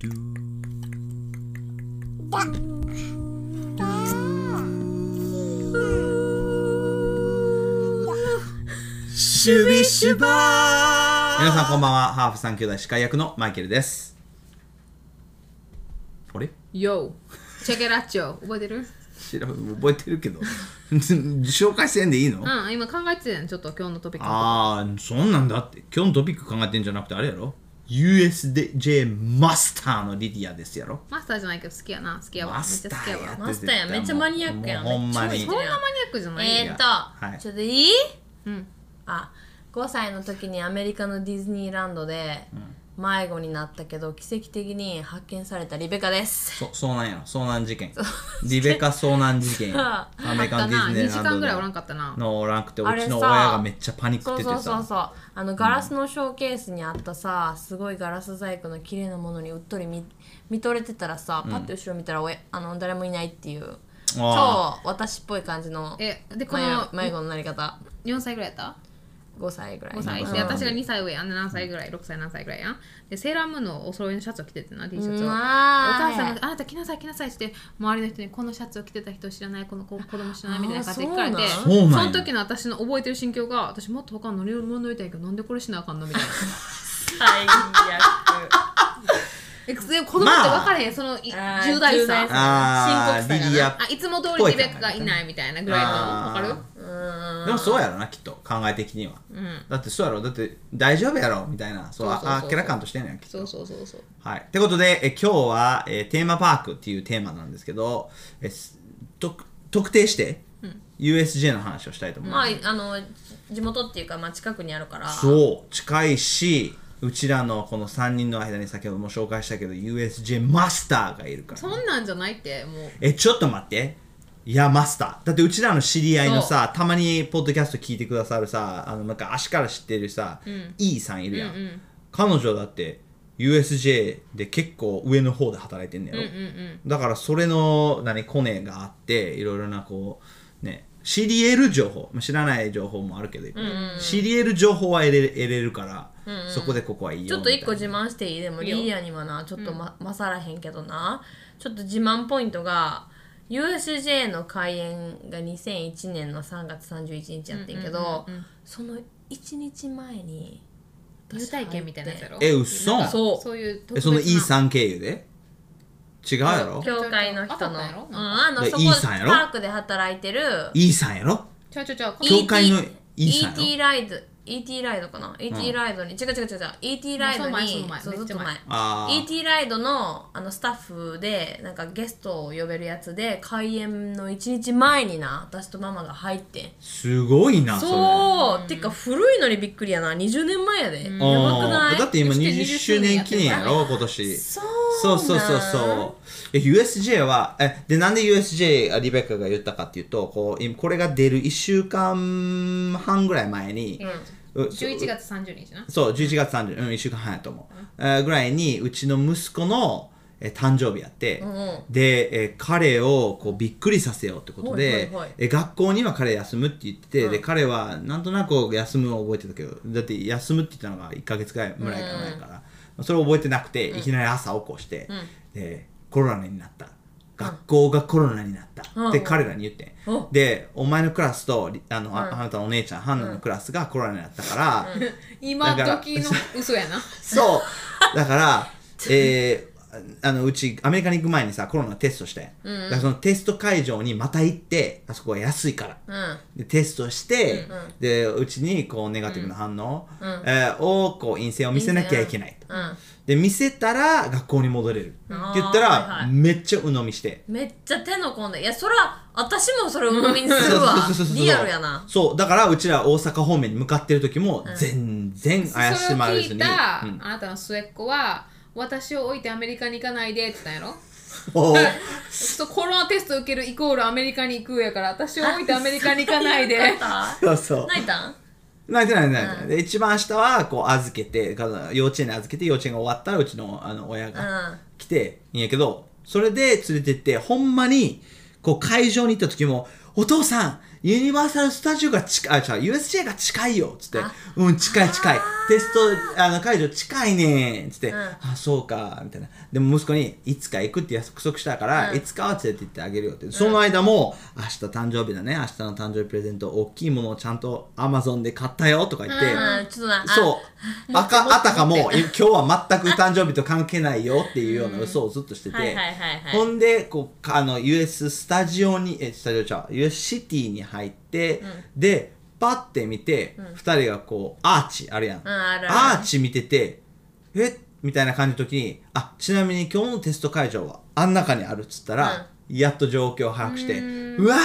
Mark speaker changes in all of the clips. Speaker 1: ドゥ
Speaker 2: だだ
Speaker 1: シュビシュバー皆さんこんばんはハーフ三兄弟司会役のマイケルですあれ
Speaker 3: YO! チェケラッチョ覚えてる
Speaker 1: 知らん覚えてるけど 紹介せんでいいの、
Speaker 3: うん今考えてたやんちょっと今日のトピックの
Speaker 1: ああそんなんだって今日のトピック考えてんじゃなくてあれやろ USJ マスターのリディアですやろ
Speaker 3: マスターじゃないけど好きやな好きやわめ
Speaker 1: マ
Speaker 3: っち
Speaker 1: ス
Speaker 3: ゃ
Speaker 1: タ
Speaker 3: 好きや
Speaker 1: ーや
Speaker 3: わ
Speaker 1: って
Speaker 2: マスターやめっちゃマニアックやん
Speaker 1: もうほんまに
Speaker 2: めっち
Speaker 3: そ
Speaker 2: ゃ
Speaker 3: ん
Speaker 2: 面白い
Speaker 3: なマニアックじゃない
Speaker 2: えーっと、
Speaker 1: はい
Speaker 2: ちょっといい
Speaker 3: うん
Speaker 2: あ5歳の時にアメリカのディズニーランドで迷子になったけど奇跡的に発見されたリベカです
Speaker 1: そ遭難やろ遭難事件リベカ遭難事 件や
Speaker 2: そう
Speaker 1: アメリカンディズニ
Speaker 3: 2
Speaker 1: ー
Speaker 3: 時
Speaker 1: ランド
Speaker 3: 間
Speaker 1: で
Speaker 3: ぐらいおらんかったな
Speaker 1: のおらんくて
Speaker 2: あ
Speaker 1: う
Speaker 2: れさ
Speaker 1: ちの親がめっちゃパニックっ
Speaker 2: そう
Speaker 1: てて
Speaker 2: そうそう
Speaker 1: さ
Speaker 2: そうあのガラスのショーケースにあったさすごいガラス細工の綺麗なものにうっとり見見とれてたらさパッと後ろ見たらおやあの誰もいないっていう
Speaker 1: あ
Speaker 2: 超私っぽい感じの
Speaker 3: えでこ
Speaker 2: 迷
Speaker 3: の
Speaker 2: 迷子のなり方
Speaker 3: 4歳ぐらいやった
Speaker 2: 5歳ぐらい
Speaker 3: 5歳
Speaker 2: うん
Speaker 3: で私が2歳上やんで何歳ぐらい6歳何歳ぐらいやんでセーラームーンのお揃いのシャツを着ててな T シャツを
Speaker 2: う
Speaker 3: お
Speaker 2: わー
Speaker 3: 母さんが「あなた着なさい着なさい」って周りの人に「このシャツを着てた人知らないこの子子供知らない」みたいな感じで聞かれ
Speaker 2: あ
Speaker 3: て
Speaker 2: ー
Speaker 1: そうなんや
Speaker 3: の時の私の覚えてる心境が私もっと他の乗り物乗りたいけどなんでこれしなあかんのみたいな
Speaker 2: 最悪
Speaker 3: えでも子供って分からへんそのい
Speaker 2: あー
Speaker 3: 重大
Speaker 2: 重大
Speaker 3: さ
Speaker 2: さ
Speaker 1: あ
Speaker 2: 深刻
Speaker 1: ー
Speaker 2: さがな
Speaker 1: リディア
Speaker 3: あいつも通りリベックがいないみたいなぐらいの
Speaker 1: あ
Speaker 3: 分
Speaker 1: ー
Speaker 3: かる
Speaker 1: でもそうやろなきっと考え的にはだってそうやろだって大丈夫やろみたいなそう
Speaker 3: そうそうそう
Speaker 1: ああっけらかんとしてんのやきっと
Speaker 3: そうそうそうそう
Speaker 1: はい。ってことで、え今日は、えーテーマパークっていうテーマなんですけど、えす特特定して、USJ の話をしたいと思い
Speaker 2: ま
Speaker 1: ま
Speaker 2: あ
Speaker 1: す。、
Speaker 2: あの地元っていうか、まあ、近くにあるから
Speaker 1: そう、近いし、うちらのこの3人の間に先ほども紹介したけど、USJ マスターがいるから
Speaker 3: そ。んなんじゃないってもう
Speaker 1: え、ちょっと待って。いや、マスター。だってうちらの知り合いのさ、たまにポッドキャスト聞いてくださるさ、あの、なんか足から知ってるさ、E さんいるやん。彼女だって、USJ で結構上の方で働いてんだよ。だからそれの何コネがあっていろいろなこうね知り得る情報まあ知らない情報もあるけど、知り得る情報は得れ得れるから、そこでここはいいよ
Speaker 2: ちょっと一個
Speaker 1: みた
Speaker 2: 自
Speaker 1: いな
Speaker 2: 慢していいでもリーアにはなちょっとま、勝らへんけどなちょっと自慢ポイントが USJ の開園が2001年の3月31日やってんけど、その1日前に
Speaker 3: 入体験みたいなやつやろ
Speaker 1: え嘘
Speaker 3: なんか
Speaker 2: そう
Speaker 3: そういう特
Speaker 1: え
Speaker 3: 別
Speaker 1: そ
Speaker 3: な
Speaker 1: の E さん経由で違うやろ
Speaker 2: 教会の人の
Speaker 3: あそうなんやろ
Speaker 2: うんあの
Speaker 1: で
Speaker 2: そこ
Speaker 1: E さんやろ
Speaker 2: パークで働いてる
Speaker 1: E さんやろ
Speaker 3: ちょちょちょこの
Speaker 1: 教会の E さんやろ
Speaker 2: ET ライド ET ライドかな ?ET ライドに、違う違う違う違う ET ライドに
Speaker 3: もうそ
Speaker 2: そう
Speaker 3: の前その前
Speaker 2: ずっと
Speaker 3: めっ
Speaker 2: 前
Speaker 3: ち
Speaker 1: あー
Speaker 2: ET ライドのあのスタッフでなんかゲストを呼べるやつで開演の1日前にな私とママが入ってん
Speaker 1: すごいなそれ
Speaker 2: そうてか古いのにびっくりやな20年前やでやばく
Speaker 1: あ
Speaker 2: な
Speaker 1: ーだっ
Speaker 2: い
Speaker 1: て今
Speaker 3: そして
Speaker 1: 20
Speaker 3: 20
Speaker 1: 周年記念やろ今年
Speaker 2: そう
Speaker 1: そ
Speaker 2: な
Speaker 1: うんそうそうそう。え USJ は、え、で、なんで USJ がリベッカが言ったかっていうと、こう、今これが出る1週間半ぐらい前に、うそ
Speaker 3: 11月30日な
Speaker 1: そう、11月30日、うん、1週間半やと思う。えーぐらいに、うちの息子の、えー誕生日やって、で、えー彼をこうびっくりさせようってことで、
Speaker 2: はいはいはい
Speaker 1: えー学校には彼休むって言ってて、で彼はなんとなく休むを覚えてたけどだって休むって言ったのが1か月ぐらいぐらいかないから、それを覚えてなくて、いきなり朝起こして、でコロナになった学校がコロナになった、って彼らに言ってん、
Speaker 2: うん
Speaker 1: でお前のクラスとりあの、ああなたのお姉ちゃんハンナのクラスがコロナになったから、
Speaker 3: 今時 の嘘やな
Speaker 1: そう。だから、えーあのうちアメリカに行く前にさコロナテストして、だからそのテスト会場にまた行ってあそこは安いから、
Speaker 2: うん
Speaker 1: でテストして、でうちにこうネガティブな反応、えーをこう陰性を見せなきゃいけないと、
Speaker 2: うん
Speaker 1: で見せたら学校に戻れる、って言ったら、
Speaker 2: あーはいはい
Speaker 1: めっちゃ鵜呑みして。
Speaker 2: めっちゃ手の込んでいやそら私もそれを鵜呑みにするわ
Speaker 1: そうそうそうそう
Speaker 2: リアルやな
Speaker 1: そうだからうちら大阪方面に向かってる時も全然怪し
Speaker 3: それを
Speaker 1: まれずに、
Speaker 3: 聞いた、
Speaker 1: うん
Speaker 3: あなたの末っ子は私を置いてアメリカに行かないでって言ったんやろ
Speaker 1: おー
Speaker 3: そうコロナテスト受けるイコールアメリカに行くやから私を置いてアメリカに行かないで
Speaker 2: あ
Speaker 1: そう そう
Speaker 2: 泣いたん
Speaker 1: 泣いてない泣いてない、で一番下はこう預けてか幼稚園に預けて幼稚園が終わったらうちのあの親
Speaker 2: うん
Speaker 1: が来ていいんやけどそれで連れてってほんまにこう会場に行った時もお父さんユニバーサル・スタジオが近いあ違う USJ が近いよっつって
Speaker 2: あ
Speaker 1: うん近い近いテストあの解除近いねっつって、
Speaker 2: うん
Speaker 1: あそうかみたいなでも息子にいつか行くって約束したから、
Speaker 2: うん
Speaker 1: いつかは連れて行ってあげるよってその間も、明日誕生日だね明日の誕生日プレゼント大きいものをちゃんと Amazon で買ったよとか言って、
Speaker 2: うん、ちょっとなあ
Speaker 1: そうあ かあたかも今日は全く誕生日と関係ないよっていうような嘘をずっとしてて、
Speaker 2: はいはいはいはい
Speaker 1: ほんでこうかあの US スタジオにえスタジオちゃう US シティに入って、でパッて見て、二2人がこうアーチあるやん、
Speaker 2: んあるある
Speaker 1: アーチ見ててえみたいな感じの時にあちなみに今日のテスト会場はあん中にあるっつったら、やっと状況を把握してうわ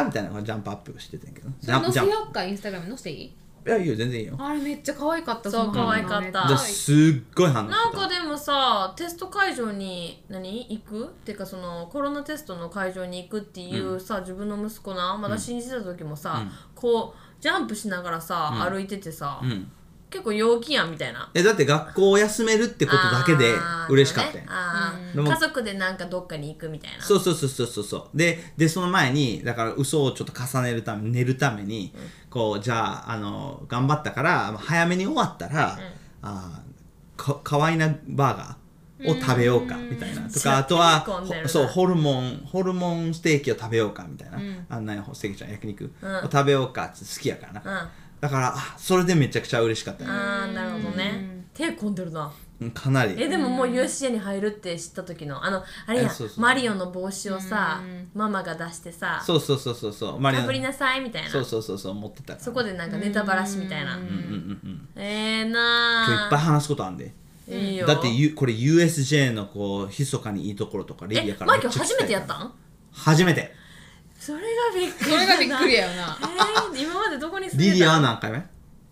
Speaker 1: ーみたいなジャンプアップしててんけどジ
Speaker 3: それ
Speaker 1: ャン
Speaker 3: 載
Speaker 1: ジ
Speaker 3: せ
Speaker 1: ャンプ
Speaker 3: よっかインスタグラム載せていい
Speaker 1: いやいいよ全然いいよ
Speaker 3: あれめっちゃ可愛かった
Speaker 2: そう
Speaker 3: その反応
Speaker 2: 可愛かった
Speaker 3: め
Speaker 1: で
Speaker 3: っちゃ
Speaker 1: すっごい反応してた
Speaker 2: なんかでもさテスト会場に何行くっていうかそのコロナテストの会場に行くっていうさ、自分の息子なまだ信じてた時もさ、こうジャンプしながらさ、歩いててさ、
Speaker 1: ん
Speaker 2: 結構陽気やんみたいな
Speaker 1: えだって学校を休めるってことだけで
Speaker 2: あー
Speaker 1: 嬉しかった
Speaker 2: そう
Speaker 1: よ
Speaker 2: ねあー
Speaker 1: でも
Speaker 2: 家族でなんかどっかに行くみたいな
Speaker 1: そうそうそうそうそうそうででその前にだから嘘をちょっと重ねるため寝るために、こうじゃああの頑張ったから早めに終わったら、あーかかわいなバーガーを食べようかみたいなとかあとは
Speaker 2: めっちゃ手込んでるな
Speaker 1: ほそうホルモンホルモンステーキを食べようかみたいな、あんなにステーキちゃん焼肉を食べようかって好きやからな、
Speaker 2: うんあ
Speaker 1: だからあそれでめちゃくちゃ嬉しかったよ、
Speaker 2: あーなるほどね手込んでるな
Speaker 1: うんかなり
Speaker 2: えでももう USJ に入るって知った時のあのあれや
Speaker 1: えそうそう
Speaker 2: マリオの帽子をさママが出してさ
Speaker 1: そうそうそうそうそうマリオ
Speaker 2: かぶりなさいみたいな
Speaker 1: そうそうそうそう持ってたから
Speaker 2: そこでなんかネタばらしみたいな
Speaker 1: うんうんうん今
Speaker 2: ええ
Speaker 1: 日い
Speaker 2: な
Speaker 1: っぱい
Speaker 2: あ
Speaker 1: 話すことあんで
Speaker 2: いいよ
Speaker 1: だってゆこれ USJ のこう密かにいいところとかレイヤ
Speaker 2: え
Speaker 1: ーから
Speaker 2: マイ
Speaker 1: め
Speaker 2: ケ
Speaker 1: っ
Speaker 2: ル
Speaker 1: ちゃ聞き
Speaker 2: 初
Speaker 1: た
Speaker 2: め
Speaker 1: い
Speaker 2: てやったん
Speaker 1: 初めて
Speaker 2: それがびっくり
Speaker 3: 可愛いそれがびっくり
Speaker 2: や
Speaker 3: やよな
Speaker 2: えー今までどこに住んで
Speaker 1: リ
Speaker 2: た
Speaker 1: リアは何回目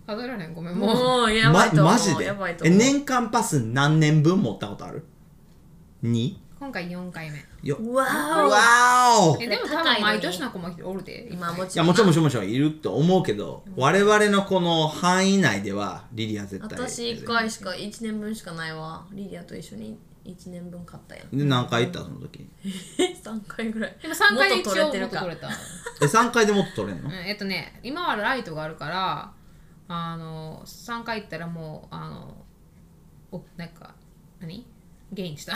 Speaker 3: 数えられへんごめんもう
Speaker 2: もうやば
Speaker 1: ま
Speaker 2: いと思う
Speaker 1: マジで
Speaker 2: やばいと
Speaker 1: え
Speaker 2: 思う
Speaker 1: 年間パス何年分持ったことある ?2?
Speaker 3: 今回4回目
Speaker 1: よ
Speaker 2: うわー
Speaker 1: わーおい
Speaker 3: えでも多
Speaker 2: 高いの
Speaker 3: 分
Speaker 2: に
Speaker 3: 毎年の子もおるで
Speaker 2: 今もち
Speaker 1: や
Speaker 2: ろん
Speaker 1: もちろんもちろんもちろんいると思うけど我々のこの範囲内ではリリア絶対
Speaker 2: 私1回しか1年分しかないわリリアと一緒に1年分買ったやん
Speaker 1: で何回行ったその時
Speaker 2: 3回ぐらい
Speaker 3: でも3回で一応
Speaker 2: 元
Speaker 3: 元
Speaker 2: 取
Speaker 3: 取
Speaker 2: れ
Speaker 3: れ
Speaker 2: てるか
Speaker 3: た
Speaker 1: え3回でもっと取れんの
Speaker 3: うんえっとね今はライトがあるからあの3回行ったらもうあのおなんか何ゲインした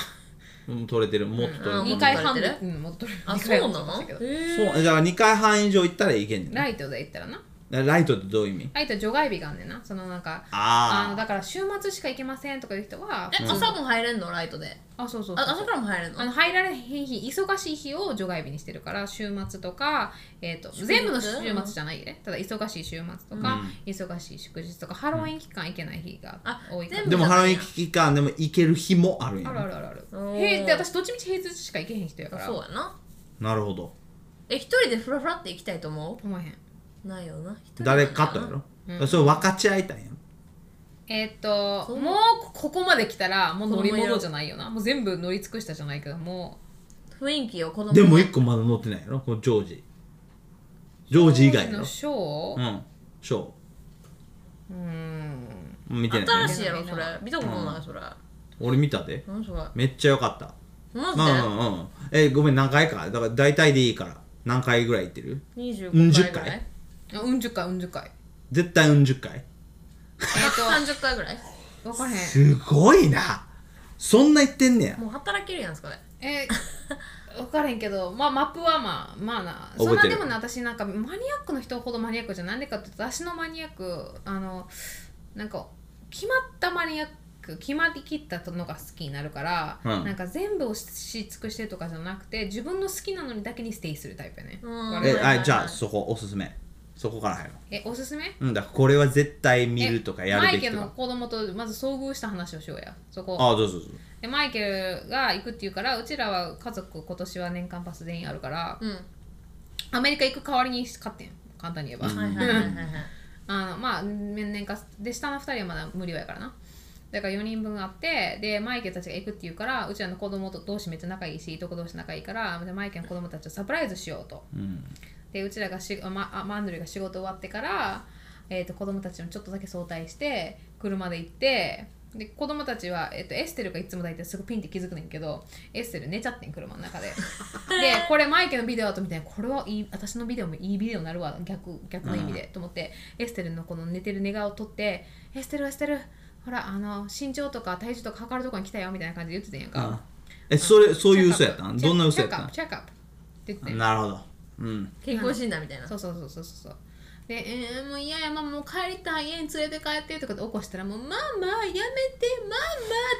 Speaker 1: うん取れてるもっと取れ
Speaker 2: うん
Speaker 1: てる
Speaker 3: 2回半
Speaker 2: 戻っ
Speaker 3: で
Speaker 2: て
Speaker 3: うん戻ってる
Speaker 2: あ
Speaker 3: 二
Speaker 2: そう
Speaker 3: 回
Speaker 2: な
Speaker 3: は戻って
Speaker 2: の
Speaker 3: ましたけど
Speaker 2: へ
Speaker 1: そうだから2回半以上行ったらいけんねんな
Speaker 3: ライトで行ったらな
Speaker 1: ライトってどういう意味
Speaker 3: ライトは除外日があんねんなそのなんかあの
Speaker 1: あ
Speaker 3: だから週末しか行けませんとかいう人は
Speaker 2: え朝も入れんのライトで
Speaker 3: あそうそうそう
Speaker 2: あ朝からも入れんの
Speaker 3: あの入られへん日忙しい日を除外日にしてるから週末とか、えー、と
Speaker 2: 日
Speaker 3: 全部の週末じゃないでただ忙しい週末とか、忙しい祝日とかハロウィン期間行けない日が
Speaker 2: あ
Speaker 3: 多いから、
Speaker 2: 全
Speaker 1: あ
Speaker 2: 部
Speaker 1: でもハロウィン期間でも行ける日もあるんや
Speaker 3: あるあるあるある
Speaker 2: おー
Speaker 3: 平日で私どっちみち平日しか行けへん人やから
Speaker 2: そうやな
Speaker 1: なるほど
Speaker 2: え一人でフラフラって行きたいと思
Speaker 3: 思えへん
Speaker 2: うないよな一人なんだ
Speaker 1: 誰
Speaker 2: よな
Speaker 1: かとやろ、それ分かち合いたいんやん
Speaker 3: えーっ、ともうここまで来たらもう乗り物じゃないよなもう全部乗り尽くしたじゃないけども
Speaker 2: 雰囲気を子供
Speaker 1: でも1個まだ乗ってないやろこのジョージジョージ以外やろ
Speaker 3: のショーを
Speaker 1: うんショ
Speaker 3: うーん
Speaker 1: ー見てないよ
Speaker 2: 新
Speaker 1: ね
Speaker 2: しいやろそれ見たことないそれ
Speaker 1: 俺見たで
Speaker 2: 何それ
Speaker 1: めっちゃ良かった
Speaker 2: マ
Speaker 1: うん
Speaker 2: ジ
Speaker 1: うんうんえごめん何回かだから大体でいいから何回ぐらい行ってる
Speaker 2: で
Speaker 1: うん
Speaker 2: 25
Speaker 1: 10
Speaker 2: 回ぐらい
Speaker 3: あうん十回うん十回
Speaker 1: 絶対うん10回
Speaker 3: えーっ、
Speaker 2: 30回ぐらい
Speaker 3: と分からへん
Speaker 1: すごいなそんな言ってんねや
Speaker 2: もう働けるやんそれ
Speaker 3: えー、分からへんけど、まあ、マップはまあまあなそ
Speaker 1: 覚
Speaker 3: ん
Speaker 1: え
Speaker 3: な
Speaker 1: てる
Speaker 3: でもね私なんかマニアックの人ほどマニアックじゃないなんでかっていうと私のマニアックあのなんか決まったマニアック決まりきったのが好きになるから、
Speaker 1: うん
Speaker 3: なんか全部をしし尽くしてとかじゃなくて自分の好きなのにだけにステイするタイプやね
Speaker 2: うん
Speaker 3: わか
Speaker 1: え
Speaker 3: る
Speaker 1: あじゃあそこおすすめそこから入ろ
Speaker 3: えおすすめ
Speaker 1: ううんだからこれは絶対見るとかやる
Speaker 3: マ
Speaker 1: べ
Speaker 3: イ
Speaker 1: き
Speaker 3: ケ
Speaker 1: と
Speaker 3: ルの
Speaker 1: か
Speaker 3: 子供とまず遭遇した話をしようやそこ
Speaker 1: ああどうぞどうぞ
Speaker 3: でマイケルが行くって言うからうちらは家族今年は年間パス全員あるから、
Speaker 2: うん
Speaker 3: アメリカ行く代わりに買ってん簡単に言えば、
Speaker 2: はいはいはいはいはい
Speaker 3: あのまあ年々かで下の2人はまだ無料やからなだから4人分あってでマイケルたちが行くって言うからうちらの子供と同士めっちゃ仲いいしいとこ同士仲いいからでマイケルの子供たちをサプライズしようと、でうちらがしあまあマンドリが仕事終わってから、えー、と子供たちもちょっとだけ早退して車で行ってで子供たちは、えっと、エステルがいつも大体すぐピンって気づくねんけどエステル寝ちゃってん車 の中ででこれマイケのビデオだとみたいなこれはいい私のビデオもいいビデオになるわ逆逆の意味で、と思ってエステルのこの寝てる寝顔を撮って「エステルエステルほらあの身長とか体重とか測るとこに来たよ」みたいな感じで言ってたんやんか、
Speaker 1: うんえそれそういう嘘やったん
Speaker 3: チェックアップ
Speaker 1: どんな嘘やったん
Speaker 3: チェックアップチェックアップって言ってたんや
Speaker 1: なるほどうん
Speaker 2: 健康診断みたいな
Speaker 3: そうそうそうそうそうで、えー、もう嫌やママもう帰りたい家に連れて帰ってとかで起こしたらもうママやめてママっ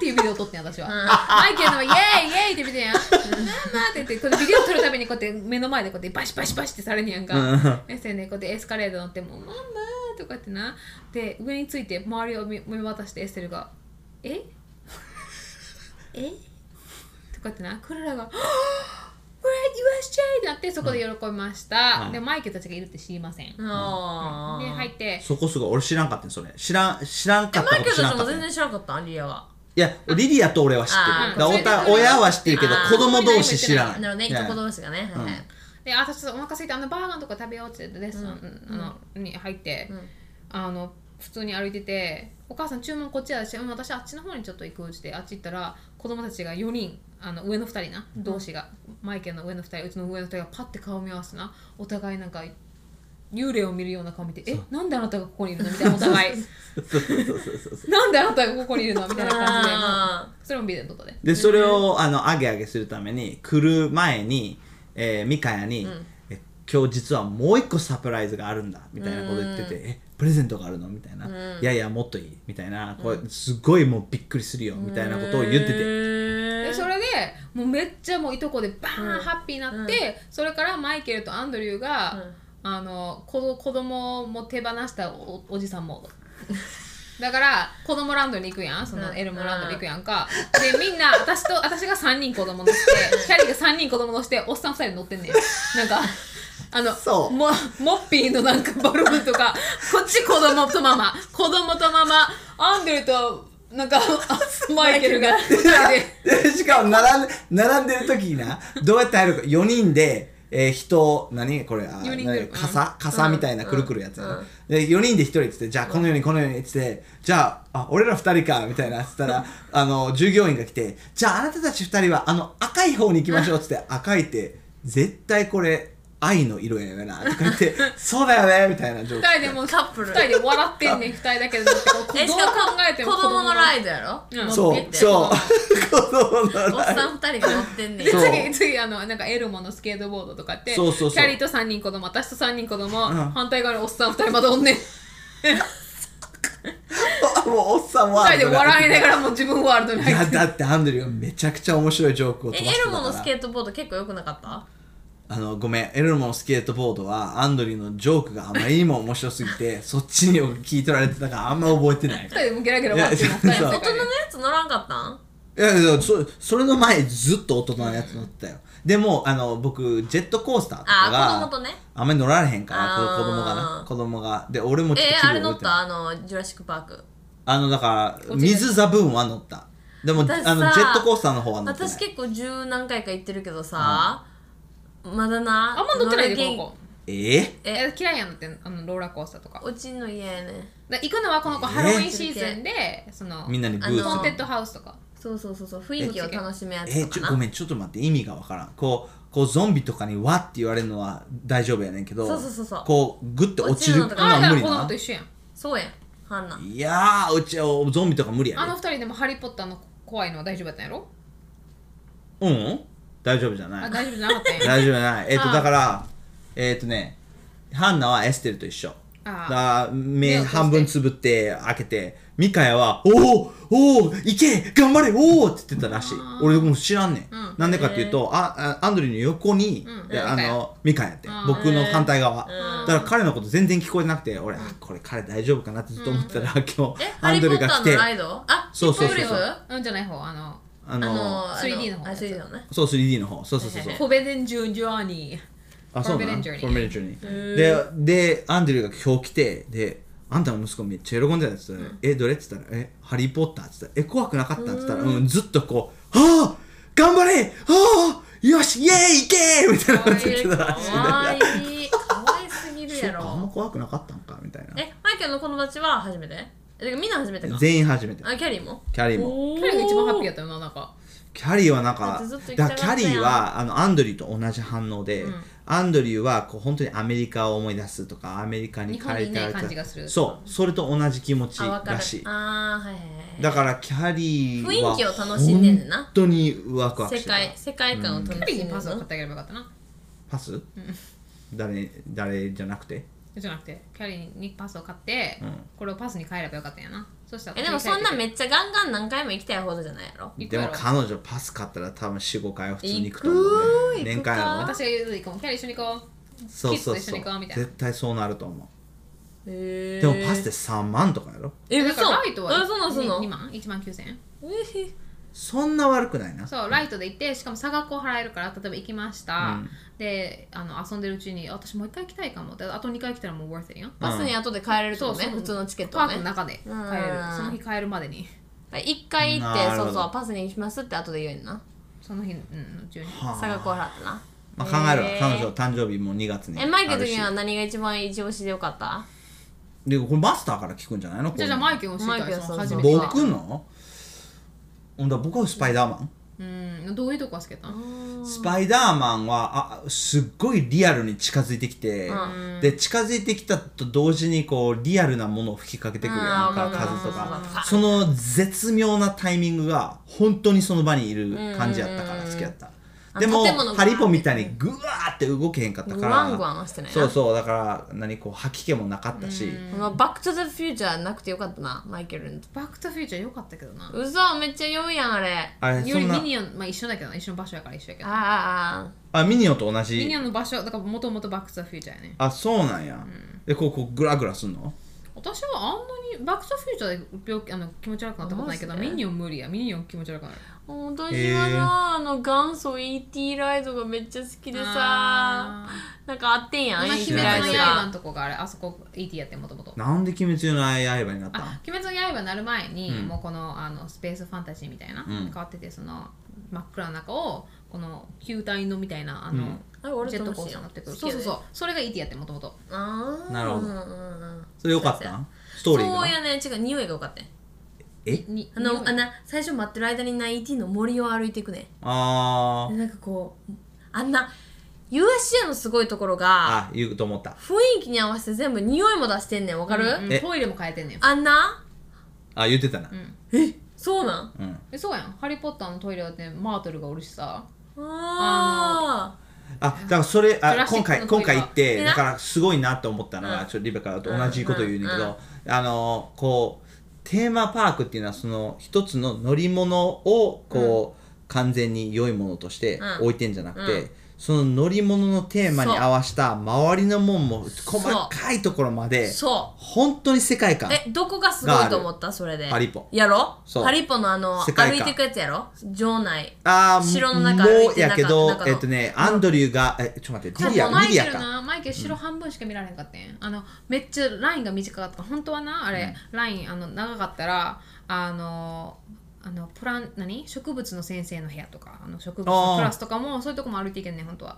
Speaker 3: ていうビデオを撮ってん私は、
Speaker 2: うん
Speaker 3: マイケルのイエーイイエーイって見てんやんママって言ってこれビデオ撮るためにこうやって目の前でこうやってバシバシバシってされんねやんか、
Speaker 1: うん
Speaker 3: 目線でこうやってエスカレード乗ってもうママとかってなで上について周りを見見渡してエステルが「ええとかってなクララが「Great USA!」ってなってそこで喜びました、
Speaker 1: はい
Speaker 3: でマイケルたちがいるって知りません、で
Speaker 2: あー
Speaker 3: 入って
Speaker 1: そこすごい俺知らんかったんそれ知らん知らんか
Speaker 2: え
Speaker 1: っ
Speaker 2: マ
Speaker 1: た
Speaker 2: イ
Speaker 1: こと
Speaker 2: ケル
Speaker 1: 知
Speaker 2: た
Speaker 1: らん
Speaker 2: ち
Speaker 1: か
Speaker 2: も
Speaker 1: った
Speaker 2: 全然知らなかったんリアはい
Speaker 1: やリリアと俺は知ってるだ
Speaker 2: あ
Speaker 1: か
Speaker 3: ー
Speaker 1: らおた親は知ってるけど
Speaker 2: あー
Speaker 1: 子供同士知らない
Speaker 2: なるほどねい
Speaker 1: いや
Speaker 2: とこ同士がねはいはい
Speaker 3: であ私ちょっとお腹空いてあのバーガーのとか食べようって言ってレストラン、あのに入って、
Speaker 2: ん
Speaker 3: あの普通に歩いてて「お母さん注文こっちやしうん私あっちの方にちょっと行く」ってあっち行ったら子供たちが4人あの上の2人な同士が、マイケルの上の2人うちの上の2人がパッて顔見合わせてなお互いなんか幽霊を見るような顔見て「えなんであなたがここにいるの?」みたいなお 互い
Speaker 1: そうそうそうそうそう
Speaker 3: 「なんであなたがここにいるの?」みたいな感じで
Speaker 2: あ
Speaker 3: それもビデオ撮ったで。
Speaker 1: でそれをあのあげあげするために来る前に、えー、ミカヤに、え今日実はもう一個サプライズがあるんだ」みたいなこと言ってて「えプレゼントがあるの?」みたいな「いやいやもっといい」みたいなこうすごいもうびっくりするよみたいなことを言ってて。
Speaker 2: ー
Speaker 3: でそれでもうめっちゃもういとこでバーンハッピーになって、それからマイケルとアンドリューが、あの子子供も手放したおおじさん も。だから子供ランドに行くやんそのエルモランドに行くやんか、でみん な私と私が3人子供乗ってキャリーが3人子供乗しておっさん2人乗ってんねんなん かあの
Speaker 1: そう
Speaker 3: もモッピーのなんかバルーンとかこっち子供とママ子供とママアンドリューとなん かあマイケルが2人で。
Speaker 1: で しかも並んで並んでる時になどうやって入るか4人で、えー人何これあ
Speaker 3: 四
Speaker 1: 何
Speaker 3: 人グループ
Speaker 1: 傘傘みたいなくるくるやつやな、で4人で1人っつってじゃあこのようにこのようにっつってじゃああ俺ら2人かみたいなっつった らあの従業員が来てじゃああなたたち2人はあの赤い方に行きましょうっつって赤いって絶対これ愛の色やよなとか言って そうだよねみたいな状況
Speaker 3: 二人でもう
Speaker 2: カップル
Speaker 3: 二人で笑ってんねん二人だけでだってこう
Speaker 2: え
Speaker 3: ど
Speaker 2: し
Speaker 3: う
Speaker 2: か
Speaker 3: 考
Speaker 2: も
Speaker 3: えても
Speaker 2: 子供の
Speaker 3: ラ
Speaker 2: ライドやろ
Speaker 3: うん
Speaker 1: そ
Speaker 2: 持ってっ
Speaker 1: う
Speaker 2: て
Speaker 1: そう子供の
Speaker 2: おっさん二人が乗ってんねん
Speaker 1: そう
Speaker 3: 次次あのなんかエルモのスケートボードとかって
Speaker 1: そうそうそう
Speaker 3: キャリーと三人子供私と三人子供、
Speaker 1: ん
Speaker 3: 反対側におっさん二人まだおんね ん
Speaker 1: もうおっさんは
Speaker 3: 二人で笑いながらもう自分ワールドに
Speaker 1: い
Speaker 3: 入
Speaker 1: や
Speaker 3: って
Speaker 1: だってアンドリューがめちゃくちゃ面白いジョークを
Speaker 2: え
Speaker 1: 飛ばして
Speaker 2: エ
Speaker 1: た
Speaker 2: ル
Speaker 1: か
Speaker 2: モ
Speaker 1: ら
Speaker 2: のスケートボード結構良くなかった
Speaker 1: あのごめんエルモのスケートボードはアンドリューのジョークがあまりにも面白すぎて そっちに聞い取られてたからあんま覚えてないい
Speaker 3: 二人でもうゲラゲラ笑ってんの
Speaker 1: いや
Speaker 3: 二人の世
Speaker 2: 大人
Speaker 3: 界
Speaker 2: の
Speaker 3: で
Speaker 2: やつ乗らんかったん
Speaker 1: やいやそそれの前ずっと大人のやつ乗ってたよでもあの僕ジェットコースターとかが
Speaker 2: あー子供とね
Speaker 1: あんまり乗られへんから
Speaker 2: あー
Speaker 1: 子供がな子供がで俺もちょっと
Speaker 2: え
Speaker 1: 気
Speaker 2: ー、あれ
Speaker 1: 分覚
Speaker 2: 乗
Speaker 1: え
Speaker 2: って
Speaker 1: ない
Speaker 2: たあのジュラシック・パーク
Speaker 1: あのだから
Speaker 3: 落ちる
Speaker 1: 水ザブーンは乗ったでもあのジ
Speaker 2: 私
Speaker 1: ェ
Speaker 2: さ
Speaker 1: ットコースターの方は乗ってない
Speaker 2: 私結構十何回か行ってるけどさ、まだな
Speaker 3: あんま乗ってないで
Speaker 2: れ
Speaker 3: こ
Speaker 2: 元
Speaker 3: の子
Speaker 1: えー、
Speaker 3: え嫌いやんってあのローラーコースターとかだか
Speaker 2: うちの家やね
Speaker 3: ら行くのはこの子ハロウィンシーズンでその
Speaker 1: みんなにブー
Speaker 2: あの
Speaker 1: ツ
Speaker 3: ホーンテッドハウスとか
Speaker 2: そうそうそうそう雰囲気を楽しむや
Speaker 1: え
Speaker 2: つ
Speaker 1: ち
Speaker 2: と
Speaker 1: ょ
Speaker 2: か
Speaker 1: ご
Speaker 2: な
Speaker 1: めんちょっと待って意味がわからんこうこうゾンビとかにわって言われるのは大丈夫やねんけど
Speaker 2: そうそうそうそう
Speaker 1: こうグッと落ちるの
Speaker 2: 落ちるのとか
Speaker 1: は
Speaker 3: あだ
Speaker 1: 無
Speaker 3: から
Speaker 1: 理
Speaker 3: 子供
Speaker 1: な
Speaker 3: と一緒やん
Speaker 2: そうやんハンナ
Speaker 1: いやーうちはゾンビとか無理や
Speaker 3: あの
Speaker 1: ね
Speaker 3: 二人でもハリー・ポッターの怖いのは大丈夫やったんやろ
Speaker 1: うん大丈夫じゃな
Speaker 3: あ
Speaker 1: い
Speaker 3: 大丈夫じゃなかったんや
Speaker 1: 大丈夫じゃないえっ、と
Speaker 3: あ
Speaker 1: だからえっ、とねハンナはエステルと一緒だ
Speaker 3: あ
Speaker 1: から
Speaker 3: 目
Speaker 1: 目
Speaker 3: を閉じて
Speaker 1: 半分つぶって開けてミカヤは「おおおおいけ頑張れおお!」って言ってたらしい
Speaker 3: あー
Speaker 1: 俺もう知らんねん、
Speaker 3: うん
Speaker 1: なんでかっていうとああアンドリューの横に、
Speaker 3: うん
Speaker 1: で
Speaker 3: うん
Speaker 1: あのミカヤって
Speaker 3: あー
Speaker 1: 僕の反対側、
Speaker 2: う
Speaker 1: だ
Speaker 2: ん
Speaker 1: から彼のこと全然聞こえてなくて俺あこれ彼大丈夫かなってずっと思ってたら、今日
Speaker 2: えハ
Speaker 1: ア
Speaker 2: リ
Speaker 1: ン
Speaker 2: ー・
Speaker 1: ド
Speaker 2: ポ
Speaker 1: リュ
Speaker 2: ッ
Speaker 1: ーが
Speaker 2: タ
Speaker 1: 来
Speaker 2: ー
Speaker 1: て
Speaker 2: のライドあ
Speaker 1: そうそうそう
Speaker 2: ヒップホリフ
Speaker 3: うんじゃない方あの
Speaker 1: あ
Speaker 2: あ
Speaker 1: の
Speaker 2: のあ
Speaker 3: 3D の方
Speaker 2: あ 3D のね
Speaker 1: そう 3D の方そうそうそうそう
Speaker 3: コベデンジュンジョーニー
Speaker 1: あそうなの
Speaker 3: Forbidden
Speaker 1: フ
Speaker 3: Journey
Speaker 1: ォーベレンジョニーででアンドリューが今日来てであんたの息子めっちゃ喜んでたやつ、えどれっつったら「えハリー・ポッター」っつったら「え怖くなかった?」っつったら、うん、ずっとこう「はあ頑張れはあよしイエーイいけー!」みたいなこと言ってたらしい
Speaker 2: かわいいかわいすぎる
Speaker 1: そう
Speaker 2: や
Speaker 1: かあんま
Speaker 2: ろ
Speaker 1: 怖くなかったんかみたいな
Speaker 2: えマイケルの友達は初めてだからみんな初めてか
Speaker 1: 全員初めて
Speaker 2: あキャリーも
Speaker 1: キャリーも
Speaker 2: おー
Speaker 3: 彼が一番ハッピーやったよななんか
Speaker 1: キャリーはなんか
Speaker 2: だってずっと行きた
Speaker 1: だ
Speaker 2: か
Speaker 1: か
Speaker 2: っ
Speaker 1: ら
Speaker 2: た
Speaker 1: キ
Speaker 2: や
Speaker 1: ャ
Speaker 2: ん
Speaker 1: リーはあのアンドリューと同じ反応で、
Speaker 3: うん
Speaker 1: アンドリューはこう本当にアメリカを思い出すとかアメリカに
Speaker 3: 日
Speaker 1: 帰
Speaker 3: 本にい
Speaker 1: りた
Speaker 3: ないい
Speaker 1: と
Speaker 3: 感じ
Speaker 1: か
Speaker 3: がする
Speaker 1: そうそれと同じ気持ち
Speaker 2: あわからる
Speaker 1: しい
Speaker 2: あーはいはいはい
Speaker 1: だからキャリーは
Speaker 2: 雰囲気を楽しんでんねんな
Speaker 1: 本当にワクワク
Speaker 2: 世
Speaker 1: してた
Speaker 2: 界世界観を楽し
Speaker 3: 彼
Speaker 2: む
Speaker 3: にパスを買っ
Speaker 2: の
Speaker 3: てあげればよかったな
Speaker 1: パス、誰誰じゃなくて
Speaker 3: じゃなくてキャリーにパスを買って、
Speaker 1: うん
Speaker 3: これをパスに変えればよかったんやなそしたら
Speaker 2: えでもそんな
Speaker 3: っ
Speaker 2: めっちゃガンガン何回も行きたいほどじゃないやろ
Speaker 3: 行く
Speaker 1: で
Speaker 3: や
Speaker 1: も
Speaker 3: ろ
Speaker 1: 彼女パス買ったら多分45回は普通に行くと思う、
Speaker 2: 行
Speaker 1: ね、
Speaker 2: く
Speaker 1: 年間
Speaker 2: 行
Speaker 1: や
Speaker 2: く
Speaker 1: ろ
Speaker 3: 私
Speaker 2: か
Speaker 3: が言うと行こうキャリー一緒に行こ
Speaker 1: そうそう
Speaker 3: キッズ
Speaker 1: そ
Speaker 3: と
Speaker 1: う
Speaker 3: 一緒に行こうみたいな
Speaker 1: 絶対そうなると思う
Speaker 2: へ
Speaker 1: でもパスって3万とかやろ
Speaker 2: え
Speaker 3: うだ
Speaker 2: 嘘
Speaker 3: からライトは
Speaker 2: あそうなんそうなん
Speaker 3: 2万1万9000円
Speaker 2: うひ
Speaker 1: そんな悪くないな
Speaker 3: そうライトで行ってしかも差額を払えるから例えば行きました、
Speaker 1: うん
Speaker 3: であの遊んでるうちにあ私もう一回行きたいかもであと2回来たらもう worth it やん
Speaker 2: バスに後で帰れるとね、
Speaker 3: そうそう
Speaker 2: 普通のチケット
Speaker 3: パー
Speaker 2: は
Speaker 3: クの
Speaker 2: ね
Speaker 3: 中で帰る
Speaker 2: うん
Speaker 3: その日帰るまでに
Speaker 2: 一回行っ
Speaker 1: な
Speaker 2: て
Speaker 1: るほ
Speaker 2: そ
Speaker 1: ど
Speaker 2: うそうパスにしますって後で言えんな
Speaker 3: その日うん中に
Speaker 1: はあ
Speaker 2: 差額を払ったな
Speaker 1: まあ、考えるわ、
Speaker 2: へー
Speaker 1: 彼女誕生日も2月に
Speaker 2: えマイケル
Speaker 1: あ
Speaker 2: の
Speaker 1: るし
Speaker 2: 時は何が一番一押しでよかった
Speaker 1: でこれマスターから聞くんじゃないの
Speaker 3: じゃあじゃあマイケルを知り
Speaker 2: マイ
Speaker 3: た
Speaker 2: ケ
Speaker 3: い
Speaker 2: ル
Speaker 3: その
Speaker 2: そう
Speaker 3: 初
Speaker 2: そう
Speaker 3: めて
Speaker 1: 僕のほんだら僕はスパイダーマン、
Speaker 3: うんどういうとこが好きだったの
Speaker 1: スパイダーマンはあすっごいリアルに近づいてきて、
Speaker 2: う
Speaker 1: で近づいてきたと同時にこうリアルなものを吹きかけてくるやんか、
Speaker 2: うん
Speaker 1: 風とか、
Speaker 2: うん
Speaker 1: その絶妙なタイミングが本当にその場にいる感じやったから好きやった、
Speaker 2: うん
Speaker 1: でも
Speaker 2: あ建物が
Speaker 1: ハリポみたいにグワーって動けへんかった
Speaker 2: グ
Speaker 1: か
Speaker 2: ワ
Speaker 1: ら
Speaker 2: ングワンはしてないな
Speaker 1: そうそうだから何こう吐き気もなかったし、
Speaker 2: まあバック・トゥ・ザ・フューチャーなくてよかったなマイケルの
Speaker 3: バック・トゥ・フューチャー良かったけどな
Speaker 2: うそめっちゃ酔うやんあれあ
Speaker 1: あれ
Speaker 3: よ
Speaker 1: そ
Speaker 3: り
Speaker 1: ん
Speaker 3: ミ
Speaker 1: な
Speaker 3: ニオン、まあ、一緒だけどな一緒の場所やから一緒やけど
Speaker 2: あ
Speaker 1: あミニオンと同じ
Speaker 3: ミニオンの場所だからもともとバック・トゥ・フューチャーやね
Speaker 1: あそうなんや、でこうこうグラグラすんの
Speaker 3: 私はあんなにバック・トゥ・フューチャーで病気あの気持ち悪くなったことないけど
Speaker 2: マジ
Speaker 3: ミ
Speaker 2: で
Speaker 3: ニオン無理やミニオン気持ち悪くなる
Speaker 2: あああ私は
Speaker 1: へー
Speaker 2: な、あの元祖 ET ライドがめっちゃ好きでさ
Speaker 3: あ
Speaker 2: なんかあってんやん
Speaker 3: ー今
Speaker 2: ET
Speaker 3: 鬼
Speaker 2: ライ
Speaker 3: 滅
Speaker 2: ド
Speaker 3: の刃
Speaker 2: が
Speaker 3: のとこがあれあそこ ET やってもともと
Speaker 1: なんで鬼滅の刃になったん
Speaker 3: あ鬼滅の刃になる前に、
Speaker 1: うん
Speaker 3: もうこのあのスペースファンタジーみたいな、
Speaker 1: ん
Speaker 3: 変わっててその真っ暗な中をこの球体のみたいなあの、
Speaker 1: うん
Speaker 2: あれ俺
Speaker 3: ジェット
Speaker 2: 楽
Speaker 3: コー
Speaker 2: しい
Speaker 3: スターにな
Speaker 2: やん
Speaker 3: ってくる
Speaker 2: 好き
Speaker 3: そう
Speaker 2: や
Speaker 3: そ
Speaker 2: で
Speaker 3: うそうそれが ET やってもともと
Speaker 2: あー
Speaker 1: なるほど
Speaker 2: うんうんうん
Speaker 1: それよかっ
Speaker 2: そうや
Speaker 1: たストーリーが
Speaker 2: そうやね違う匂いが良かったね
Speaker 1: え
Speaker 2: あのあな最初待ってる間にな ET の森を歩いていくね
Speaker 1: あ
Speaker 2: で
Speaker 1: ー
Speaker 2: なんかこうあんな USJ のすごいところが
Speaker 1: あ言うと思った
Speaker 2: 雰囲気に合わせて全部匂いも出してんねんわかる、
Speaker 1: え
Speaker 3: トイレも変えてんねん
Speaker 2: あんな
Speaker 1: あ言ってたな
Speaker 2: そうなん
Speaker 1: うん、
Speaker 3: えそうやんハリー・ポッターのトイレだってマートルがおるしさ
Speaker 2: あ
Speaker 1: あだからそれ
Speaker 3: ジュ
Speaker 1: あ
Speaker 3: ラシ
Speaker 1: 今
Speaker 3: ックの
Speaker 1: 回
Speaker 3: 時は
Speaker 1: 今回行って
Speaker 2: でな
Speaker 1: だからすごいなと思ったのが、
Speaker 2: うん
Speaker 1: ちょっとリベカと同じこと言うねんだけ
Speaker 2: う
Speaker 1: ど、あのこうテーマパークっていうのはその一つの乗り物をこう、完全に良いものとして
Speaker 2: うん
Speaker 1: 置いてんじゃなくて、
Speaker 2: うん
Speaker 1: その乗り物のテーマに合わせた周りのもんも
Speaker 2: そう
Speaker 1: 細かいところま
Speaker 2: ー
Speaker 1: で
Speaker 2: そ
Speaker 1: 本当に世界観
Speaker 2: うえどこがすごいと思ったそれで
Speaker 1: ハリポ
Speaker 2: やろ
Speaker 1: そう
Speaker 2: ハリポのあの
Speaker 1: 世界観
Speaker 2: 歩いていくやつやろ城内
Speaker 1: ああ
Speaker 2: 城の中歩いて
Speaker 1: やけ
Speaker 2: 中
Speaker 1: ど
Speaker 2: 中の
Speaker 1: えっとねアンドリューがえちょっと待って
Speaker 3: そう
Speaker 1: リリア
Speaker 3: マ
Speaker 1: リ
Speaker 3: イ
Speaker 1: リ
Speaker 3: ケ
Speaker 1: ア
Speaker 3: ル
Speaker 1: か
Speaker 3: なマイケル白半分しか見られへんかったんやあのめっちゃラインが短かった本当はなあれ、ラインあの長かったらあのあのプラン何植物の先生の部屋とかあの植物のクラスとかもそういうとこも歩いていけんねん本当は、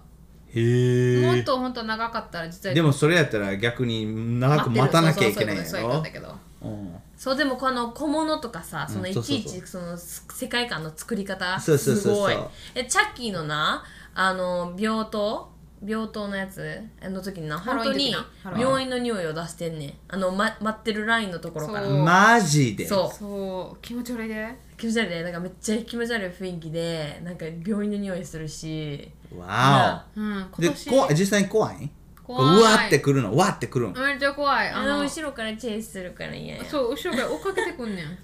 Speaker 1: へえ
Speaker 3: もっと本当は長かったら実は
Speaker 1: でもそれやったら逆に長く待たなきゃいけないんや
Speaker 3: そうそうそうそういうこと
Speaker 1: ろ
Speaker 3: だけど
Speaker 1: うん
Speaker 2: そうでもこの小物とかさその
Speaker 1: うん
Speaker 2: い
Speaker 1: そうそう
Speaker 2: ち
Speaker 1: そう
Speaker 2: いちそのす世界観の作り方
Speaker 1: そうそうそう
Speaker 2: す
Speaker 1: そう
Speaker 2: ごいえチャッキーのなあの病棟病棟のやつの時にな
Speaker 3: ハロ
Speaker 2: 本
Speaker 3: ウィンの時
Speaker 2: 当に
Speaker 3: なハロウィン
Speaker 2: 病院の匂いを出してんねんあの、ま、待ってるラインのところから
Speaker 3: そう
Speaker 1: マジで
Speaker 2: そう
Speaker 3: そう気持ち悪いで
Speaker 2: 気持ち悪いねなんかめっちゃ気持ち悪い雰囲気でなんか病院の匂いするし
Speaker 1: わ
Speaker 3: うん今
Speaker 1: おで
Speaker 3: 年
Speaker 1: こわ実際に怖いこ
Speaker 3: 怖いう
Speaker 1: わってくるのわってくるの
Speaker 3: めっちゃ怖い
Speaker 2: あ
Speaker 3: あ
Speaker 2: の
Speaker 3: の
Speaker 2: 後ろからチェイスするから嫌や
Speaker 3: そう後ろから追っかけてくんねん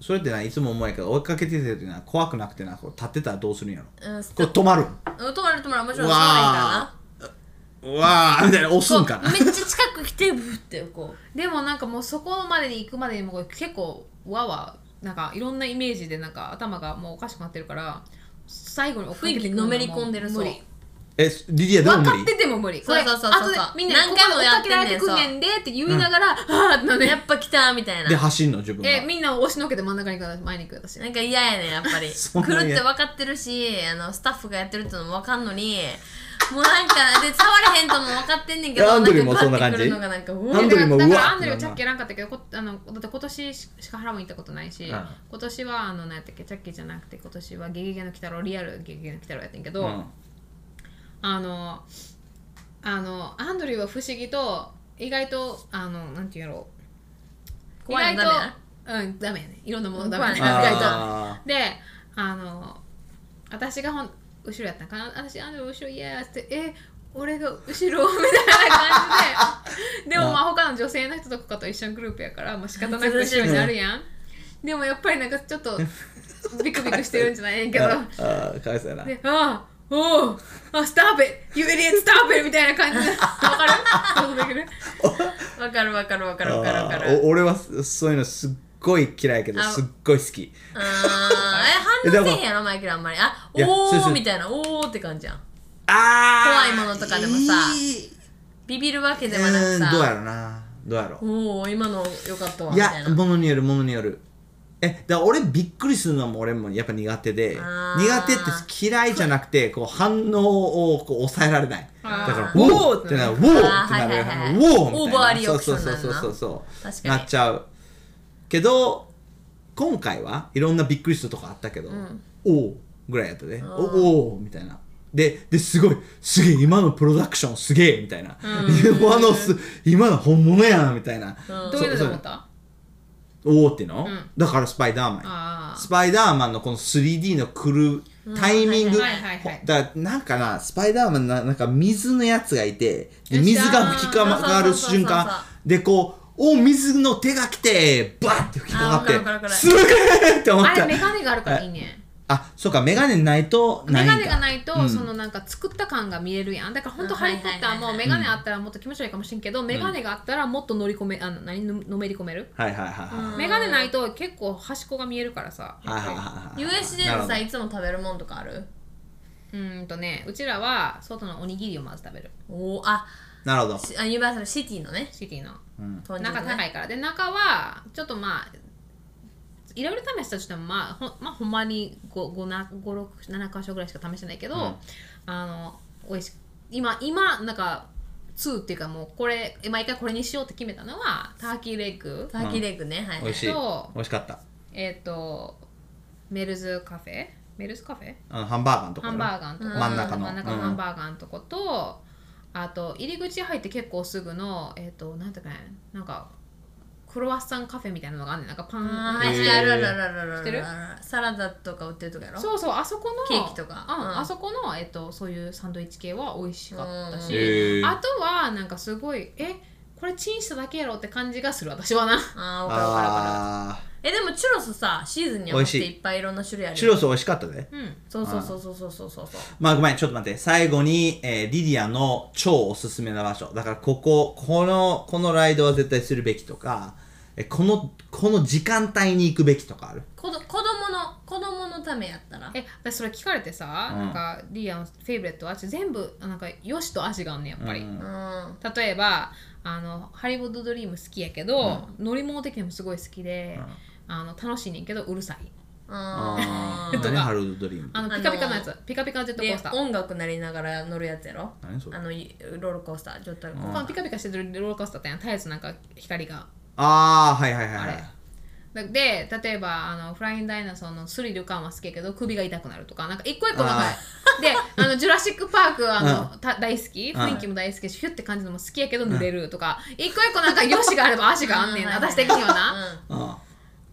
Speaker 1: それってないつも思うんやけど追いかけててっていうのは怖くなくてなこう立ってたらどうするんやろ
Speaker 2: うん
Speaker 1: こう止まるん
Speaker 2: うん止まる止まるもちろ
Speaker 1: う
Speaker 2: んそうな
Speaker 1: わーわーみたいな押すんか
Speaker 2: い
Speaker 1: な
Speaker 2: からなこうめっちゃ近く来てぶってこ
Speaker 3: でもなんかもうそこまでに行くまでにもう結構わわなんかいろんなイメージでなんか頭がもうおかしくなってるから最後に追っかけてくるのはもう
Speaker 2: 雰囲気にのめり込んでる
Speaker 3: 無
Speaker 2: そ
Speaker 3: 理
Speaker 1: えリリアでも
Speaker 3: 分
Speaker 1: 無
Speaker 3: かっ
Speaker 1: 理
Speaker 3: てても無理
Speaker 2: そうそうそうそう
Speaker 3: これ後でみんなにここまで追っかけられてくんねんでって言いながら、あーってな
Speaker 2: うや
Speaker 3: ね
Speaker 2: っぱ来たみたいな
Speaker 1: で走んの自分が
Speaker 3: えみんなを押しのけて真ん中に行く私前に行く私
Speaker 2: なんか嫌やねやっぱり
Speaker 1: そん
Speaker 2: 来
Speaker 1: なん
Speaker 2: るっ
Speaker 1: 嫌
Speaker 2: て分かってるしあのスタッフがやってるってのも分かんのにもうなんかで触れへんとも分かってんねんけど
Speaker 1: アンドリューもそんな感じ
Speaker 2: かグッてくるのが
Speaker 1: ア
Speaker 2: なんかう
Speaker 1: ン
Speaker 2: ん
Speaker 1: ドリューもうわっ
Speaker 3: だからアンドリュー
Speaker 1: っ
Speaker 3: は
Speaker 1: てなるな
Speaker 3: チャッキーやらんかったけどこあのだって今年しかハラも行ったことないし、
Speaker 1: ん
Speaker 3: 今年はあの何やったっけチャッキーじゃなくて今年はゲゲゲの鬼太郎リアルゲゲゲの鬼太郎やってんけど、
Speaker 1: うん
Speaker 3: あのあのアンドリューは不思議と意外とあのなんていうんやろう意
Speaker 2: 怖い
Speaker 3: 外
Speaker 2: の
Speaker 3: と
Speaker 2: ダメや
Speaker 3: うんダメやねいろんなものダメやね意
Speaker 2: 怖いのダメ
Speaker 3: 外と
Speaker 1: あ
Speaker 3: であの私がほん後ろやったんかな私あの後ろイエーイってえ俺が後ろみたいな感 じででもまあ他の女性の人とかと一緒のグループやからもう仕方なく後ろになるやんでもやっぱりなんかちょっとビクビクしてるんじゃない けど
Speaker 1: ーあーかわいそうやな
Speaker 3: でああおうあスターペッ You idiot stop it! みたいな感 じでわかる想像できる
Speaker 2: わかるわかるわかるわかるわか
Speaker 1: あ
Speaker 2: る
Speaker 1: ーお俺はそういうのすっごい嫌いやけど
Speaker 2: あ
Speaker 1: すっごい好き
Speaker 2: あーえ反応せえへんやろマイケルあんまりあ
Speaker 1: いや
Speaker 2: お
Speaker 1: そうそ
Speaker 2: ー
Speaker 1: う
Speaker 2: みたいなおーって感じやん
Speaker 1: あー
Speaker 2: 怖いものとかでもさ
Speaker 1: いい
Speaker 2: ビビるわけで
Speaker 1: う
Speaker 2: はなく
Speaker 1: ーんどうや
Speaker 2: さ
Speaker 1: ろなどうやろ
Speaker 2: おお今のよかったわ
Speaker 1: い
Speaker 2: みたい
Speaker 1: や
Speaker 2: な
Speaker 1: ものによるものによるえだから俺びっくりするのも俺もやっぱ苦手で
Speaker 2: あー
Speaker 1: 苦手って嫌いじゃなくてこう反応をこう抑えられないだ
Speaker 3: あー
Speaker 1: から「ウォー!」ってなる「ウォー!」ってなるよう
Speaker 2: あ
Speaker 1: な
Speaker 2: ーはいはいはい
Speaker 1: ウォー!」みたいな
Speaker 2: オーバーリアクション
Speaker 1: そうそうそうそうそう
Speaker 2: 確かに
Speaker 1: なっちゃうけど今回はいろんなびっくりするとかあったけど、おおぐらいやったで、おおーみたいなでですごいすげえ今のプロダクションすげえ みたいな、今のす今の本物やんみたいな、
Speaker 3: どういうの
Speaker 1: そ
Speaker 3: と
Speaker 1: う
Speaker 3: 思った
Speaker 1: おおっていうの、
Speaker 3: ん
Speaker 1: だからスパイダーマン
Speaker 3: あー
Speaker 1: スパイダーマンのこの 3D の来るタイミング、
Speaker 3: はいはいはいはい
Speaker 1: だからなんかなスパイダーマンななんか水のやつがいてで
Speaker 3: よっしゃー
Speaker 1: 水が吹きかまがる
Speaker 2: そうそうそうそう
Speaker 1: 瞬間でこうお水の手が来てバーって吹きかか
Speaker 2: あわかるわ
Speaker 1: って
Speaker 2: かる
Speaker 1: すげえって思っ
Speaker 3: あれ
Speaker 1: た
Speaker 3: メガネがあるからいいね
Speaker 1: あそうかメガネないとない
Speaker 3: メ
Speaker 1: ん
Speaker 3: ガ
Speaker 1: か
Speaker 3: ネがないと、
Speaker 1: うん
Speaker 3: そのなんか作った感が見えるやんだから本当
Speaker 2: うん
Speaker 3: ハリー・ポッター
Speaker 2: は
Speaker 3: も
Speaker 2: いは
Speaker 3: メ
Speaker 2: い
Speaker 3: ガネあったらもっと気持ち悪いかもしれんけど、メガネがあったらもっと乗り込めあの何ののめり込める、
Speaker 1: はいはいはいはい、
Speaker 2: うん
Speaker 3: メガネないと結構端っこが見えるからさ
Speaker 1: はいはいはいはい
Speaker 2: USJ の
Speaker 1: な
Speaker 2: さ
Speaker 1: る
Speaker 2: いつも食べるもんとかある
Speaker 3: うーんとねうちらは外のおにぎりをまず食べる
Speaker 2: おーあ
Speaker 1: なるほど
Speaker 2: しあユニバーサルシティのね
Speaker 3: シティの
Speaker 2: 豚汁
Speaker 3: 中高
Speaker 2: ね
Speaker 3: いからで中はちょっとまあいろいろ試したとしてもまあほ,、まあ、ほんまに567箇所ぐらいしか試してないけど、
Speaker 1: うん
Speaker 3: あの美味し今今なんか2っていうかもうこれ毎回これにしようって決めたのはターキーレイク
Speaker 2: ターキーレッグねは
Speaker 1: 美
Speaker 2: いはい
Speaker 1: 味しい
Speaker 3: そう
Speaker 1: 美味しかった
Speaker 3: えっ、とメルズカフェメルズカフェ
Speaker 1: あのハンバーガーのとこ
Speaker 3: ハ
Speaker 1: ろ
Speaker 3: ンバーガーのとこ
Speaker 1: 真ん中の
Speaker 3: 真ん中のハンバーガーのとこと、あと入り口入って結構すぐのえっ、となんていうかねなんかクロワッサンカフェみたいなのがあんねんなんかパン
Speaker 2: あーはい
Speaker 1: へ
Speaker 2: は
Speaker 1: ー
Speaker 2: いあるあるあるあるある
Speaker 3: 知ってる
Speaker 2: サラダとか売ってるとかやろ
Speaker 3: そうそうあそこの
Speaker 2: ケーキとか
Speaker 3: うん
Speaker 2: うん
Speaker 3: あそこの、えっとそういうサンドイッチ系は美味しかったし、
Speaker 2: うん
Speaker 1: へー
Speaker 3: あとはなんかすごいえこれチンしただけやろって感じがする私 はな
Speaker 2: あーわかるわかるわかる
Speaker 1: あ
Speaker 2: えでもチュロスさシーズンによって
Speaker 1: 美味しい
Speaker 2: いっぱいいろんな種類あ
Speaker 1: ー
Speaker 2: るよ
Speaker 1: チュロス美味しかったで、
Speaker 3: うん
Speaker 2: そうそうそうそうそうそうそうそう
Speaker 1: まあごめん、ちょっと待って。最後に、えーリディアの超おすすめな場所。だからここ、この、このライドは絶対するべきとか、えこの、この時間帯に行くべきとかある。
Speaker 2: 子ど子供の子供のためやったら
Speaker 3: え私それ聞かれてさ、
Speaker 1: うん
Speaker 3: なんかリアのフェイブレットは私全部なんかよしと足があんねんやっぱり、
Speaker 1: うん
Speaker 2: うん
Speaker 3: 例えばあのハリボッドドリーム好きやけど、乗り物的にもすごい好きで、あの楽しいねんけどうるさい
Speaker 2: あー
Speaker 1: 何ハロルドドリーム
Speaker 3: あの
Speaker 2: あの
Speaker 3: ピカピカのやつピカピカジェットコ
Speaker 2: で
Speaker 3: ースター
Speaker 2: 音楽なりながら乗るやつやろ
Speaker 1: 何それ
Speaker 2: あのいロールコースターちょっと
Speaker 3: このピカピカしてるロールコースターって絶えずなんか光が
Speaker 1: ああ、はいはいはいは
Speaker 3: あ
Speaker 1: い。
Speaker 3: れで例えばあのフライングダイナソーのスリル感は好きやけど首が痛くなるとかなんか一個一個長い
Speaker 1: あ
Speaker 3: であのジュラシック・パークはあの、た大好き雰囲気も大好きやしヒュッて感じのも好きやけど濡れるとか、一個一個なんかよしがあれば足があんねんな私的にはな、
Speaker 1: あ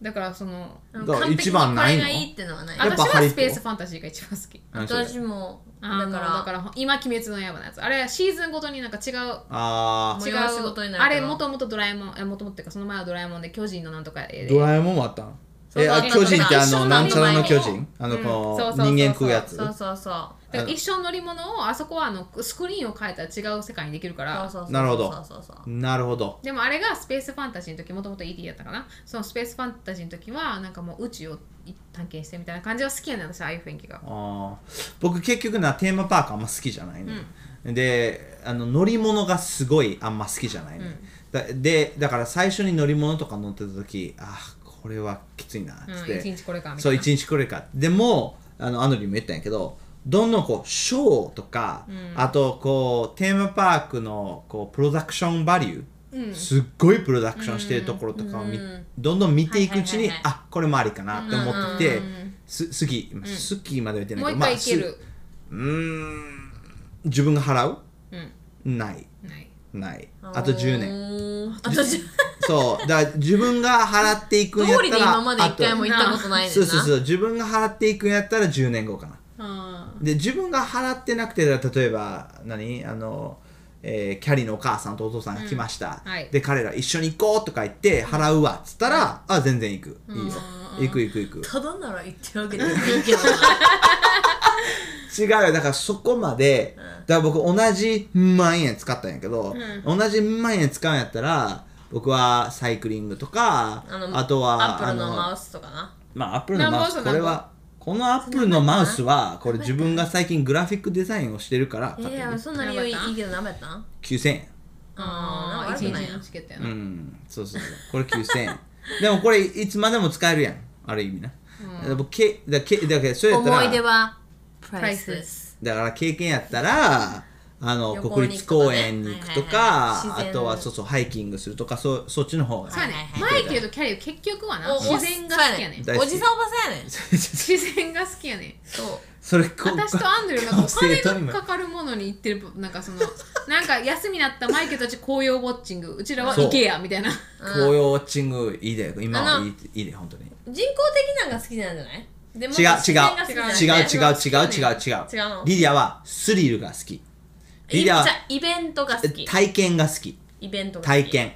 Speaker 3: だからその
Speaker 2: うん
Speaker 1: だから
Speaker 2: 完璧
Speaker 1: 一
Speaker 2: に
Speaker 1: 番
Speaker 2: これ
Speaker 1: な
Speaker 2: が
Speaker 1: いの
Speaker 2: いいってのはない
Speaker 1: やっ
Speaker 3: 私
Speaker 1: ぱハ
Speaker 3: は
Speaker 1: リー
Speaker 3: スペースファンタジーが一番好き
Speaker 1: 何それ
Speaker 2: 私もだ
Speaker 3: あのだか
Speaker 2: か
Speaker 3: ら
Speaker 2: ら
Speaker 3: だから今「鬼滅の刃」のやつあれはシーズンごとになんか違う
Speaker 1: あ
Speaker 2: もう
Speaker 3: 違う
Speaker 2: 夜仕事になる
Speaker 3: あ
Speaker 2: から
Speaker 3: れもともとドラえもんえもともとっていうかその前はドラえもんで巨人のなんとかえ
Speaker 1: ードラえもんもあったん
Speaker 2: そう
Speaker 1: え、あ、
Speaker 2: そう
Speaker 1: 巨人ってあ
Speaker 2: 一緒
Speaker 1: の、
Speaker 2: の
Speaker 1: なんちゃらの巨
Speaker 3: 名前
Speaker 1: 人
Speaker 3: を
Speaker 1: あの、
Speaker 3: うん
Speaker 1: こ
Speaker 3: そうそう
Speaker 1: う、
Speaker 3: そうそう
Speaker 1: 人間食うやつ。
Speaker 2: そうそうそう
Speaker 3: だから一生乗り物をあそこはあのスクリーンを変えたら違う世界にできるから
Speaker 2: そうそうそう
Speaker 1: なるほど
Speaker 2: そうそうそう
Speaker 1: なるほど。
Speaker 3: でもあれがスペースファンタジーの時もともと ET やったかなそのスペースファンタジーの時はなんかもう宇宙を探検してみたいな感じは好きやねん私ああいう雰囲気が
Speaker 1: あー僕結局なテーマパークあんま好きじゃないの、であの乗り物がすごいあんま好きじゃないの、だでだから最初に乗り物とか乗ってた時あーこれはきついなっつっ
Speaker 3: うん一
Speaker 1: て、
Speaker 3: 日これかみたいな
Speaker 1: そう一日これかでもあのアンドリーも言ったんやけどどんどんこうショーとか、あとこうテーマパークのこうプロダクションバリュー、すっごいプロダクションしてるところとかを見
Speaker 2: うん
Speaker 1: どんどん見ていくうちに、
Speaker 2: はいはいはい
Speaker 1: あこれもありかなって思ってて、
Speaker 3: うん
Speaker 1: す好き好きまでは言ってないけど、
Speaker 3: もう一
Speaker 1: まあ
Speaker 3: 回いける
Speaker 1: す、うーん自分が払うない
Speaker 3: ない
Speaker 1: ないあと10年
Speaker 2: 年あと10
Speaker 1: そうだから自分が払っていくんやっ
Speaker 2: 通りで
Speaker 1: たら
Speaker 2: 今まで一回も行ったことないねんな
Speaker 1: そうそうそう自分が払っていくんやったら10年後かな
Speaker 3: あ
Speaker 1: で自分が払ってなくて例えば何あの、えーキャリーのお母さんとお父さんが来ました、
Speaker 3: うんはい
Speaker 1: で彼ら一緒に行こうとか言って払うわっつったら、あ全然行くいいよ行く行く行く
Speaker 2: ただなら行ってるわけでもない けどな
Speaker 1: 違うよだからそこまで、だから僕同じ万円使ったんやけど、同じ万円使うんやったら僕はサイクリングとか
Speaker 2: あ
Speaker 1: あ
Speaker 2: の
Speaker 1: とは
Speaker 2: アップルのマ
Speaker 1: あの
Speaker 2: ウスとかな
Speaker 1: まあアップルのマウ
Speaker 3: なん
Speaker 1: ス
Speaker 3: ぼ
Speaker 1: こ
Speaker 3: そ
Speaker 1: れ
Speaker 3: うなん
Speaker 1: はこのアップルのマウスはこれ自分が最近グラフィックデザインをしてるから
Speaker 2: い
Speaker 1: 買っ
Speaker 2: やい
Speaker 1: てる
Speaker 2: やそんなにいいけどダメだったん
Speaker 1: 9000円
Speaker 2: あー
Speaker 3: 一
Speaker 2: 悪く
Speaker 3: 日
Speaker 2: ないや
Speaker 3: のチケットや
Speaker 1: う
Speaker 3: な、
Speaker 1: んそうそうそうこれ9000円 でもこれいつまでも使えるやんある意味な、だから僕けだからけだからそれやったら
Speaker 2: 思い出はプライス
Speaker 3: priceless
Speaker 1: だから経験やったらあの
Speaker 2: 旅行
Speaker 1: 国立公園に行くとか、
Speaker 2: に行くとかねはいはいはい自然
Speaker 1: あとはそうそうハイキングするとかそそっちの方が
Speaker 3: そうやね
Speaker 2: はいはい
Speaker 3: マイケルとキャリー結局はな
Speaker 2: お
Speaker 3: 自然が好きやねん
Speaker 1: そう大好
Speaker 2: お
Speaker 1: き
Speaker 2: じさんおばさんやねん
Speaker 3: 自然が好きやねん
Speaker 2: そう
Speaker 1: それこ
Speaker 3: 私とアンドリューなんかお
Speaker 1: 生徒に
Speaker 3: 金
Speaker 1: も
Speaker 3: がかかるものに行ってるなんか そのなんか休みになったマイケルたち紅葉ウォッチングうちらは
Speaker 1: そう
Speaker 3: 行けやみたいな
Speaker 1: 紅葉ウォッチングいいで今
Speaker 2: あ
Speaker 1: は
Speaker 2: の
Speaker 1: いいいいで本当に
Speaker 2: 人工的なんが好きなんじゃないでも
Speaker 1: 違う
Speaker 2: 自然が好きじゃない
Speaker 1: 違う違う
Speaker 3: 私は好き
Speaker 1: 違う
Speaker 3: なの
Speaker 1: 違う違う
Speaker 2: 違うの
Speaker 1: リディアはスリルが好きリ
Speaker 2: い
Speaker 1: ディア
Speaker 2: や
Speaker 1: は
Speaker 2: じゃあイベントが好き
Speaker 1: 体験が好き
Speaker 2: イベントが好き
Speaker 1: 体験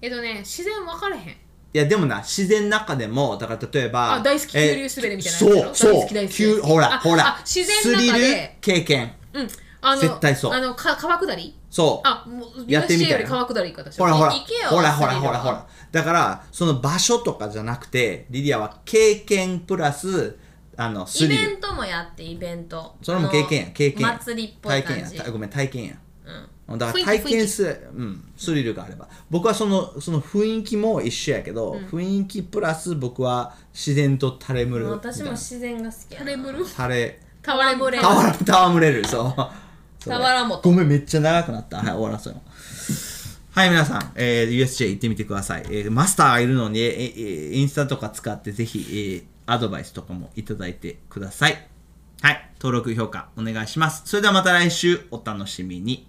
Speaker 3: えっとね自然分かれへん
Speaker 1: いやでもな自然の中でもだから例えば
Speaker 3: あ大好き
Speaker 1: えー
Speaker 3: 急流滑りみたいなやつ
Speaker 1: そ
Speaker 3: やろ
Speaker 1: うそう
Speaker 3: 大好き大好き
Speaker 1: 急ほら
Speaker 3: あ
Speaker 1: ほら
Speaker 3: あ自然の
Speaker 1: ス
Speaker 3: 中で
Speaker 1: リル経験
Speaker 3: うんあの
Speaker 1: 絶対そう
Speaker 3: あのか川下り
Speaker 1: そう
Speaker 3: あもう
Speaker 1: やってみ
Speaker 3: USJ
Speaker 1: たい
Speaker 3: より
Speaker 1: な
Speaker 3: 川下り行く私
Speaker 1: ほら
Speaker 3: は
Speaker 1: ほら
Speaker 2: 行けよ
Speaker 1: ほらほら
Speaker 2: スリル
Speaker 1: ほ
Speaker 2: は
Speaker 1: らほらだからその場所とかじゃなくてリディアは経験プラスあのス
Speaker 2: イ
Speaker 1: リ
Speaker 2: ベン
Speaker 1: ル
Speaker 2: トもやってイベント
Speaker 1: それも経験や経験
Speaker 2: あ
Speaker 1: や
Speaker 2: の祭りっぽい感
Speaker 1: 体
Speaker 2: じ
Speaker 1: 験やたごめん体験やだか
Speaker 3: 雰
Speaker 1: ら
Speaker 3: 囲気
Speaker 1: 体験すうん、スリルがあれば僕はそのその雰囲気も一緒やけど、雰囲気プラス僕は自然と垂れむ
Speaker 2: うん
Speaker 1: る
Speaker 2: 私も自然が好きや
Speaker 3: タレブル
Speaker 1: 垂れ
Speaker 3: タワレブレ
Speaker 2: レブル
Speaker 1: わら戯れるそうそれ
Speaker 2: 戯もと
Speaker 1: ごめんめっちゃ長くなったはい終わらせようはい皆さん、えー USJ 行ってみてください、えーマスターがいるのに、えーえーインスタとか使ってぜひ、えーアドバイスとかもいただいてくださいはい登録評価お願いしますそれではまた来週お楽しみに